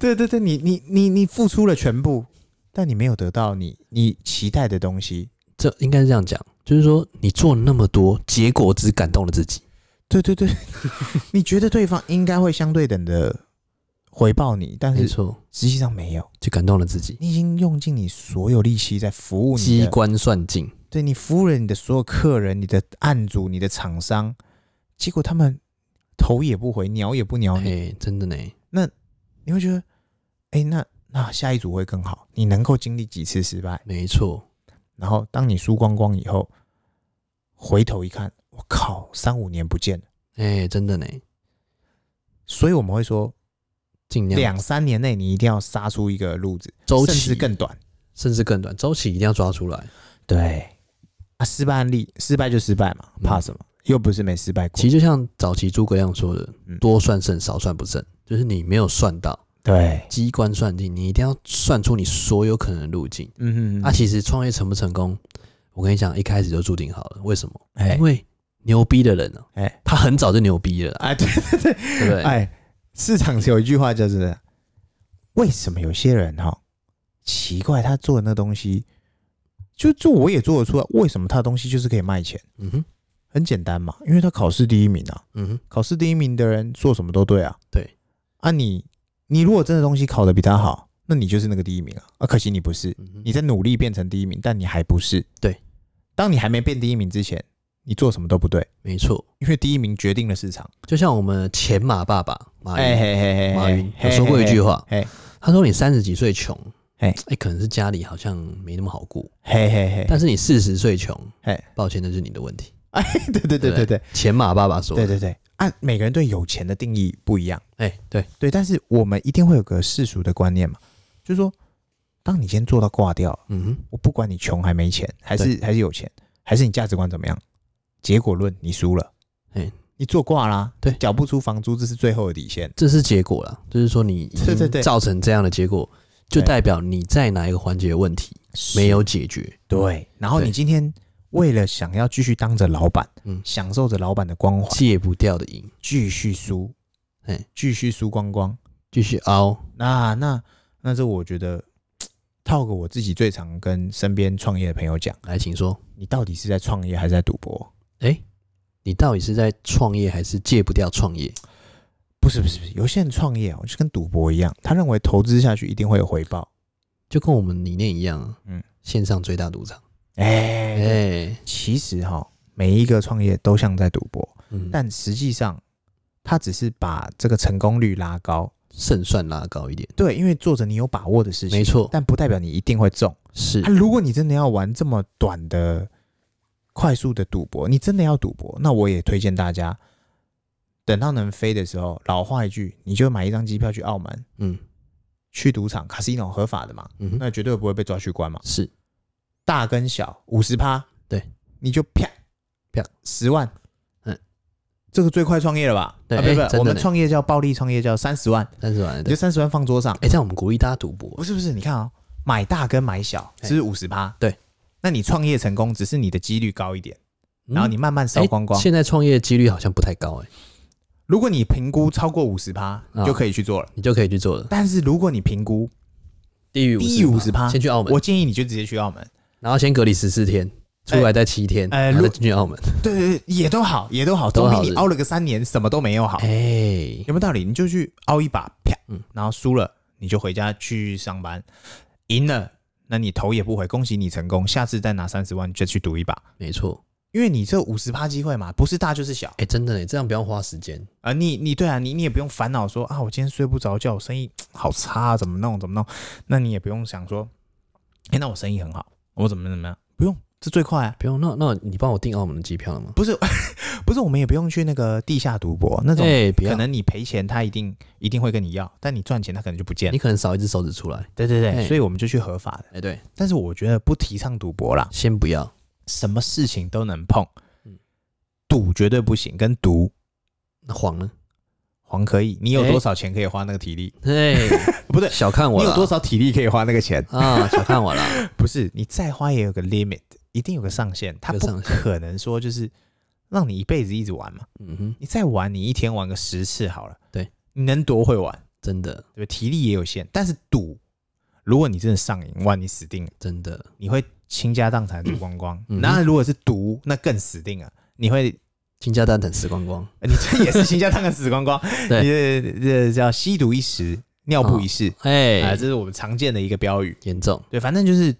对对对，你你你你付出了全部，但你没有得到你你期待的东西。
这应该是这样讲，就是说你做了那么多，结果只感动了自己。
对对 (laughs) 对，你觉得对方应该会相对等的回报你，但
没
是
错，
实际上没有。
就感动了自己，
你已经用尽你所有力气在服务你
机
的，
关算尽，
对你服务了你的所有客人、你的案主、你的厂商，结果他们头也不回，鸟也不鸟
哎、
你，
真的呢，
你会觉得，哎、那那下一组会更好。你能够经历几次失败？
没错，
然后当你输光光以后，回头一看，我靠，三五年不见了。
哎、真的呢，
所以我们会说，
尽量
两三年内你一定要杀出一个路子，
周
甚至
期
更哦短。
甚至更短，周期一定要抓出来。
对，啊，失败案例，失败就失败嘛，
嗯
怕什么？又不是没失败过。
其实就像早期诸葛亮说的
嗯，
多算胜，少算不胜，就是你没有算到
对，
机关算尽，你一定要算出你所有可能的路径。
嗯
那、其实创业成不成功，我跟你讲，一开始就注定好了。为什么？
哎
因为牛逼的人呢、啊，
哎
他很早就牛逼了啦，
哎，对对对，
对不对？
哎，市场有一句话就是，为什么有些人哈、奇怪他做的那东西，就做我也做得出来，为什么他的东西就是可以卖钱？
嗯哼，
很简单嘛，因为他考试第一名啊，
嗯哼，
考试第一名的人做什么都对啊。
对，
啊你你如果真的东西考得比他好，那你就是那个第一名啊。啊，可惜你不是，
嗯哼
你在努力变成第一名，但你还不是。
对，
当你还没变第一名之前，你做什么都不对，
没错。
因为第一名决定了市场。哎
就像我们前马爸爸马云，
嘿嘿
马云有说过一句，话，
嘿嘿
他说你三十几岁穷，
嘿
哎、可能是家里好像没那么好过，
嘿嘿嘿嘿，
但是你四十岁穷，
嘿
哎，抱歉，那是你的问题。
对对对对对
前马爸爸说
对
的，
对对，按每个人对有钱的定义不一样。
哎、对，
对，但是我们一定会有个世俗的观念嘛，就是说，当你今天做到挂掉，
嗯哼，
我不管你穷还没钱，还是还是有钱，还是你价值观怎么样，结果论你输了，
哎
你做挂啦、
对
缴不出房租，这是最后的底线。
这是结果啦，就是说你已
对对
经
对哎
造成这样的结果，就代表你在哪一个环节有问题没有解决，
对，然后
对
你今天为了想要继续当着老板，
嗯
享受着老板的光环，
戒不掉的瘾，
继续输，
哎，
继续输光光。
继续凹，
那那那这我觉得，套个我自己最常跟身边创业的朋友讲，
来，请说，
你到底是在创业还是在赌博？
哎、你到底是在创业还是戒不掉创业？
不是不是不是，有些人创业哦，就跟赌博一样，他认为投资下去一定会有回报。
就跟我们理念一样、啊，
嗯
嗯，线上最大赌场，
哎、
哎、
其实哈、每一个创业都像在赌博，
嗯，
但实际上他只是把这个成功率拉高。
胜算拉高一点，
对，因为做着你有把握的事情，
没错，
但不代表你一定会中。
是
啊，如果你真的要玩这么短的快速的赌博，你真的要赌博，那我也推荐大家，等到能飞的时候，老话一句，你就买一张机票去澳门，
嗯
去赌场 casino 合法的嘛，
嗯哼，
那绝对不会被抓去关嘛。
是
大跟小五十趴，
对，
你就啪
啪
十万，
嗯，
这个最快创业了吧？
对
啊，不
哎
是不
真
是，
的
我们
呢
创业叫暴力创业叫三十万，
三十万
你就
对。
三十万放桌上，
哎，这样我们鼓励大家赌博
不，是不是，你看啊、买大跟买小
哎
是五十趴，
对，
那你创业成功，只是你的几率高一点，
嗯哎
然后你慢慢烧光光。
现在创业几率好像不太高哎，
如果你评估超过五十趴，
啊
就可以去做了。
你就可以去做了。
但是如果你评估，
低于
低于50%
先去澳门
我，建议你就直接去澳门。
然后先隔离十四天，出来再七天，
哎
然后再
如
进去澳门。
对对对，也都好，也都好，
都
总
好
比你
是
熬了个三年什么都没有好。
哎，
有没有道理？你就去凹一把，啪
嗯，
然后输了你就回家去上班，赢了那你头也不回，恭喜你成功，下次再拿三十万就去赌一把，
没错，
因为你这五十趴机会嘛，不是大就是小啊、
哎，真的哎，这样不用花时间。
呃你你对啊，你你也不用烦恼说啊，我今天睡不着觉，我生意好差、啊，怎么弄怎么弄？那你也不用想说，哎、那我生意很好，我怎么怎么样？不用，这最快啊。
不用，那那你帮我订澳门的机票了吗？
不是，不是，我们也不用去那个地下赌博那种，
哎，不要
可，能你赔钱他一定一定会跟你要，但你赚钱他可能就不见了
你。可能少一只手指出来。
对对
哎
对，所以我们就去合法的。
哎，对，
但是我觉得不提倡赌博啦，
先不要。
什么事情都能碰
嗯，
赌绝对不行，跟毒
那黄呢？
黄可以。你有
哎
多少钱可以花那个体力？
哎，
不对，
(laughs) 小看我
你
了，
有多少体力可以花那个钱？
啊？小看我了， (laughs)
不是，你再花也有个 limit，一定有个上限，它
有
不
上限
可能说就是让你一辈子一直玩嘛。
嗯哼，
你再玩，你一天玩个十次好了，
对，
你能多会玩，
真的
对不对？体力也有限，但是赌，如果你真的上瘾，哇，你死定了。
真的，
你会倾家荡产赌光光。
嗯
那、如果是毒，那更死定了。你会，
倾家荡产死光光。
你这也是倾家荡产死光光。
(laughs) 对
你这这叫吸毒一时，尿布一世。啊、
哎
这，是我们常见的一个标语。
严重，
对，反正就是，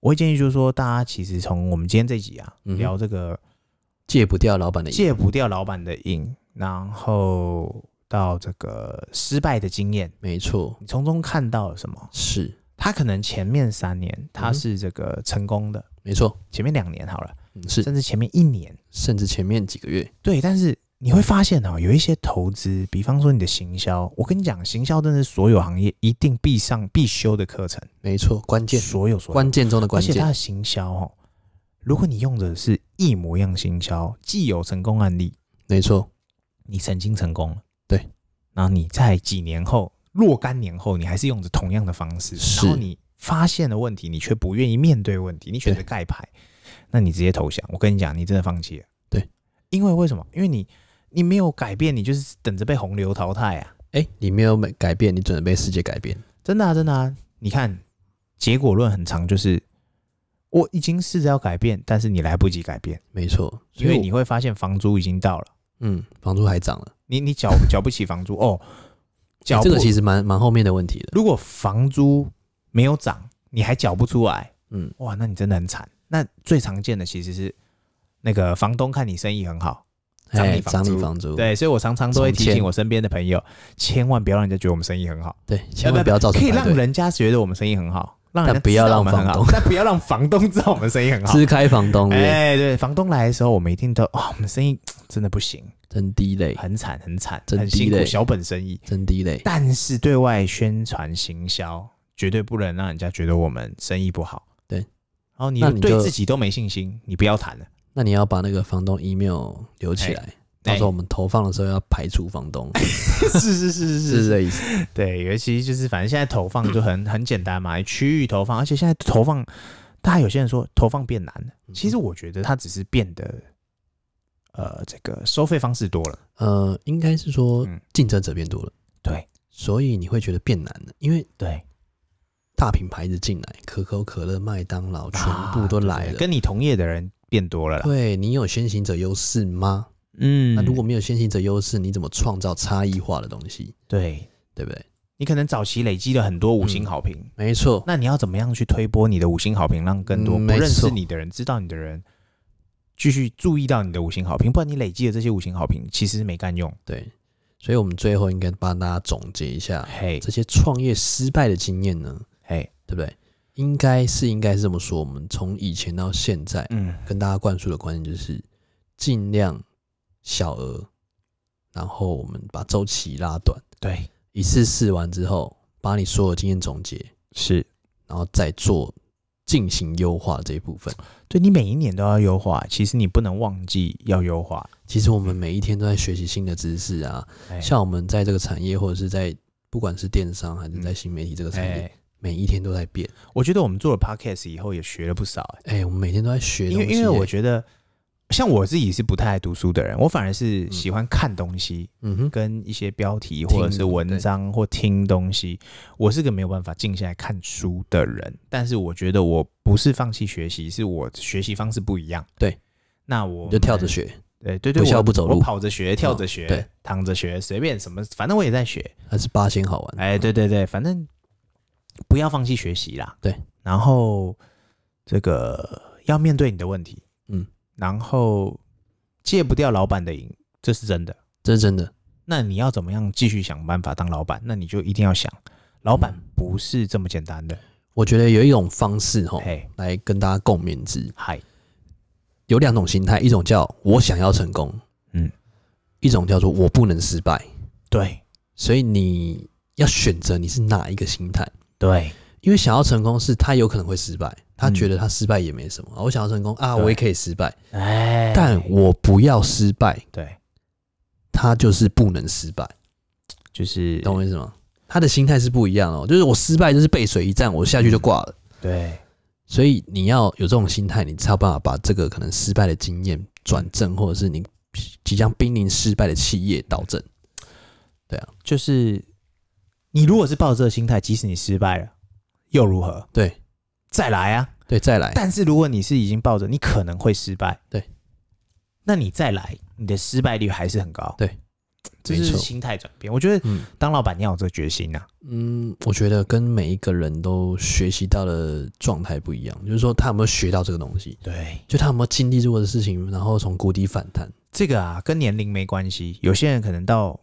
我会建议就是说，大家其实从我们今天这集啊，
嗯哼
聊这个
戒不掉老板的瘾。
戒不掉老板的瘾，然后到这个失败的经验，
没错，
你从中看到了什么？
是
他可能前面三年他
嗯哼
是这个成功的，
没错，
前面两年好了，
嗯是，
甚至前面一年。
甚至前面几个月，
对，但是你会发现哦，有一些投资，比方说你的行销，我跟你讲，行销真的是所有行业一定必上必修的课程，
没错，关键
所有所有，
关键中的
而
关
且它
键，
的行销哦，如果你用的是一模一样行销，既有成功案例，
没错，
你曾经成功了，
对，
然后你在几年后，若干年后，你还是用着同样的方式，
是
然后你发现了问题，你却不愿意面对问题，你选择
对
盖牌，那你直接投降。我跟你讲，你真的放弃了。
对，
因为为什么？因为你你没有改变，你就是等着被洪流淘汰啊！
哎，你没有改改变，你准备世界改变，
真的啊，真的啊！你看，结果论很长，就是我已经试着要改变，但是你来不及改变，
没错，
因
所以
为
我
你会发现房租已经到了，
嗯，房租还涨了，
你你缴缴不起房租哦，
哎
缴
这
不
个其实蛮蛮后面的问题的，
如果房租没有涨，你还缴不出来，
嗯，
哇，那你真的很惨。那最常见的其实是那个房东看你生意很好，涨
哎，
你房
涨你
租
房租，
对，所以我常常都会提
从
醒
前
我身边的朋友，千万不要让人家觉得我们生意很好，
对，千万不要造成
可以
排
让
队，
人家觉得我们生意很好，让人家
但不要
知道
让
我们很好
房东，
(laughs) 但不要让房东知道我们生意很好。
支开房东月
哎，对，房东来的时候，我们一定都哦哇，我们生意真的不行，
真低类，
很惨，很惨，
真
很辛苦，
低嘞
小本生意。
真低类，
但是对外宣传行销绝对不能让人家觉得我们生意不好。
对，
然后你
那你
对
就
自己都没信心，你不要谈了。
那你要把那个房东 email 留
哎
起来，到时候我们投放的时候要排除房东，
(laughs) 是是哎是
是这个意思，
对，尤其就是反正现在投放就很很简
(clears throat)
单嘛，区域投放，而且现在投放，大家有些人说投放变难了，
嗯
其实我觉得它只是变得，呃，这个收费方式多了，
呃，应该是说
嗯
竞争者变多了，
对
所以你会觉得变难了，因为。
对，
大品牌一直进来，可口可乐、麦当劳全部都来了。
啊跟你同业的人变多了啦。
对你有先行者优势吗？
嗯
那如果没有先行者优势，你怎么创造差异化的东西？
对
对不对？
你可能早期累积了很多五
嗯
星好评，
没错，
那你要怎么样去推波你的五星好评，让更多
嗯
不
没
认识
错
你的人、知道你的人继续注意到你的五星好评？不然你累积的这些五星好评其实没干用。
对。所以我们最后应该帮大家总结一下
嘿，
这些创业失败的经验呢，
嘿，
对不对？应该是应该是这么说。我们从以前到现在，
嗯，
跟大家灌输的观念就是尽量小额，然后我们把周期拉短，
对，
一次试完之后，把你所有经验总结，
是
然后再做进行优化这一部分。
对你每一年都要优化，其实你不能忘记要优化。
其实我们每一天都在学习新的知识啊，
哎
像我们在这个产业或者是在不管是电商还是在新媒体这个产业，
嗯哎，
每一天都在变。
我觉得我们做了 podcast 以后也学了不少、哎
哎，我们每天都在学
因
东
为
西耶，
因为我觉得，像我自己是不太爱读书的人，我反而是
嗯
喜欢看东西，
嗯哼，
跟一些标题
听
或者是文
对
章或听东西。我是个没有办法静下来看书的人，但是我觉得我不是放弃学习，是我学习方式不一样。
对，
那我
你就跳
们
着学，
对对对，
不笑
我
不走
我
路嗯
跑着学，跳着学，
对
躺着学，随便什么，反正我也在学。
还是八仙好玩。
哎，对对对，反正不要放弃学习啦。
对，
然后这个要面对你的问题，
嗯，
然后戒不掉老板的瘾，这是真的。
这是真的。
那你要怎么样继续想办法当老板？那你就一定要想，老板
嗯
不是这么简单的。
我觉得有一种方式哈，
嘿，
来跟大家共勉之。
嗨，
有两种心态，一种叫我想要成功，
嗯，
一种叫做我不能失败。
对
所以你要选择你是哪一个心态，
对
因为想要成功是他有可能会失败，他
嗯
觉得他失败也没什么。啊我想要成功啊，
对
我也可以失败，
哎，
但我不要失败，
对，
他就是不能失败，
就是
懂我意思吗？他的心态是不一样哦，就是我失败就是背水一战，我下去就挂了。
对
所以你要有这种心态，你才有办法把这个可能失败的经验转正，或者是你即将濒临失败的企业导正。
就是你如果是抱着这个心态，即使你失败了，又如何？
对哎
再来啊！
对，再来，
但是如果你是已经抱着你可能会失败，
对，
那你再来，你的失败率还是很高。
对，
这
没
就是
错
心态转变。我觉得
嗯
当老板你要有这个决心呐、啊
嗯，我觉得跟每一个人都学习到的状态不一样，就是说他有没有学到这个东西，
对，
就他有没有经历过的事情，然后从谷底反弹，
这个啊跟年龄没关系，有些人可能到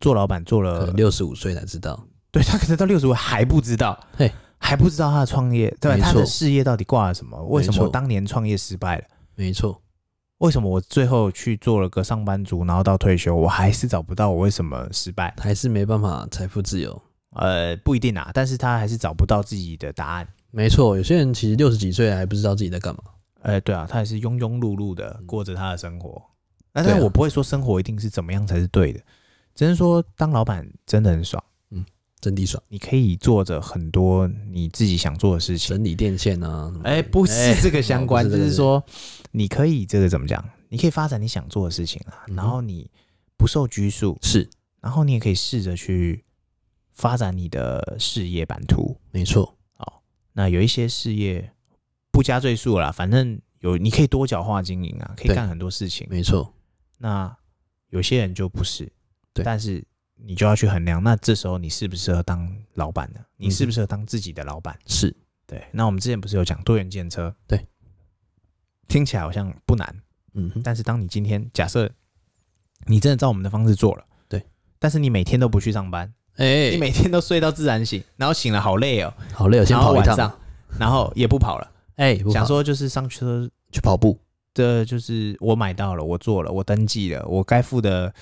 做老板做
可
了
能，六十五岁才知道。
对他可能到六十五还不知道，
嘿，
还不知道他的创业，对吧
没
他
错
的事业到底挂了什么？为什
没
么
错
我当年创业失败了？
没错，
为什么我最后去做了个上班族，然后到退休，我还是找不到我为什么失败？
还是没办法财富自由。
呃，不一定啊，但是他还是找不到自己的答案。
没错，有些人其实六十几岁还不知道自己在干嘛。
呃，对啊，他也是庸庸碌碌的过着他的生活。那
嗯对
但
啊
我不会说生活一定是怎么样才是对的，只是说当老板真的很爽，
真地爽，
你可以做着很多你自己想做的事情。
整理电线啊，什么
哎，不是
哎
这个相关，
哦不
就是
这个
是说你可以这个怎么讲？你可以发展你想做的事情啊，
嗯哼
然后你不受拘束，
是
然后你也可以试着去发展你的事业版图。
没错，
那有一些事业不加赘述啦，反正有你可以多角化经营啊，可以
对
干很多事情。
没错，
那有些人就不是，
对
但是你就要去衡量，那这时候你适不适合当老板呢？你适不适合当自己的老板？
是
对，那我们之前不是有讲多元建车？
对，
听起来好像不难，
嗯哼，
但是当你今天假设你真的照我们的方式做了，
对，
但是你每天都不去上班，
哎、
你每天都睡到自然醒，然后醒了好累哦，
好累，我先
然
跑
后
一
晚
趟
上
啊。，
然后也不跑了，
哎、不
想
跑
说就是上车
去跑步，
这就是我买到了，我做了，我登记了，我该付的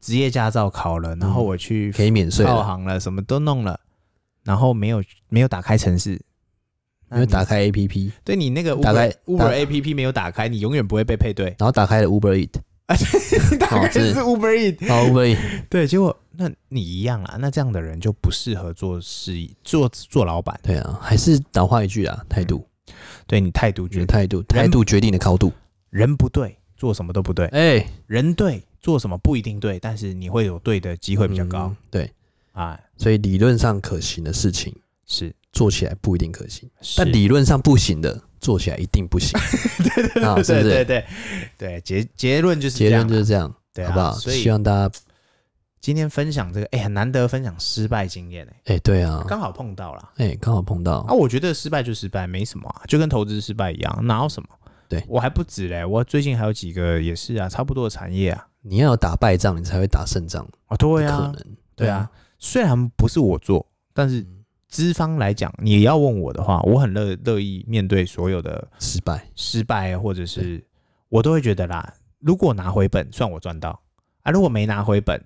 职业驾照考了，然后我去
嗯可以免税
套
了，
行了，什么都弄了，然后没有没有打开城市，
因为打
那
开 APP，
你对你那个
打开
Uber
打，
Uber A P P 没有打开，你永远不会被配对
(laughs) 然后打开了 Uber
(laughs)
Eat，
打开就是
是
Uber Eat，
然后 Uber Eat
对，结果那你一样啊，那这样的人就不适合做事业，做做老板，
对啊，还是老话一句啊，态度，
对你态度
我觉得
决
态度，态度决定的高度。
人不对，做什么都不对，
哎、
人对做什么不一定对，但是你会有对的机会比较高
嗯，对，
啊，
所以理论上可行的事情，
是。
做起来不一定可行，
是 (laughs)
但理论上不行的，做起来一定不行。对对啊、是
对
不
对
是？
对对，结结论就是这
结
样啊
论就是这样，
对啊
好不好？
所以
希望大家，
今天分享这个，哎、很难得分享失败经验哎、
哎、对啊，
刚好碰到啦。
哎、刚好碰到，
啊，我觉得失败就失败，没什么啊，就跟投资失败一样，哪有什么？
对
我还不止嘞，我最近还有几个也是啊，差不多的产业啊，
你要有打败仗，你才会打胜仗，
哦，对
不可
啊，
能，嗯
对啊，，虽然不是我做，但是资方来讲，你要问我的话，我很乐乐意面对所有的
失败，
失败，啊或者是我都会觉得啦，如果拿回本，算我赚到啊；如果没拿回本，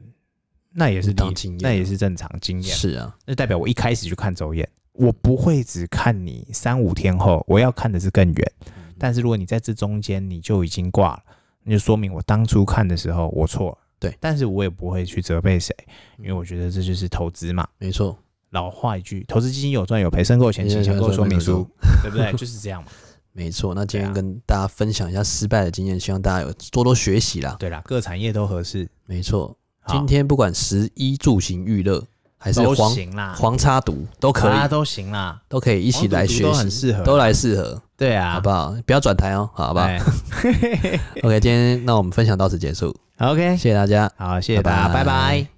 那也是
当
理
经验啊
那啊也是正常经验。
是啊，
那代表我一开始就看走眼，我不会只看你三五天后，我要看的是更远。
嗯
但是如果你在这中间你就已经挂了，那就说明我当初看的时候我错了。
对，
但是我也不会去责备谁，因为我觉得这就是投资嘛。
没错，
老话一句，投资基金有赚有赔，申购前请
有
详
有
购
有
说明
有有
书，对不对？就是这样嘛。
没错。那今
对
天
啊
跟大家分享一下失败的经验，希望大家有多多学习啦。
对啦，各产业都合适。
没错，
好
今天不管食衣住行娱乐还是
都
黄
行啊啦，
黄插毒都可
大家
以，
都行啦，
都可以一
一
起来学
都很
习，
适合，
都来适合，
对啊，
好不好？不要转台哦，好不好
哎
？OK，今天那我们分享到此结束，
好？OK，
谢谢大家。
好，谢谢大家，
拜拜
拜拜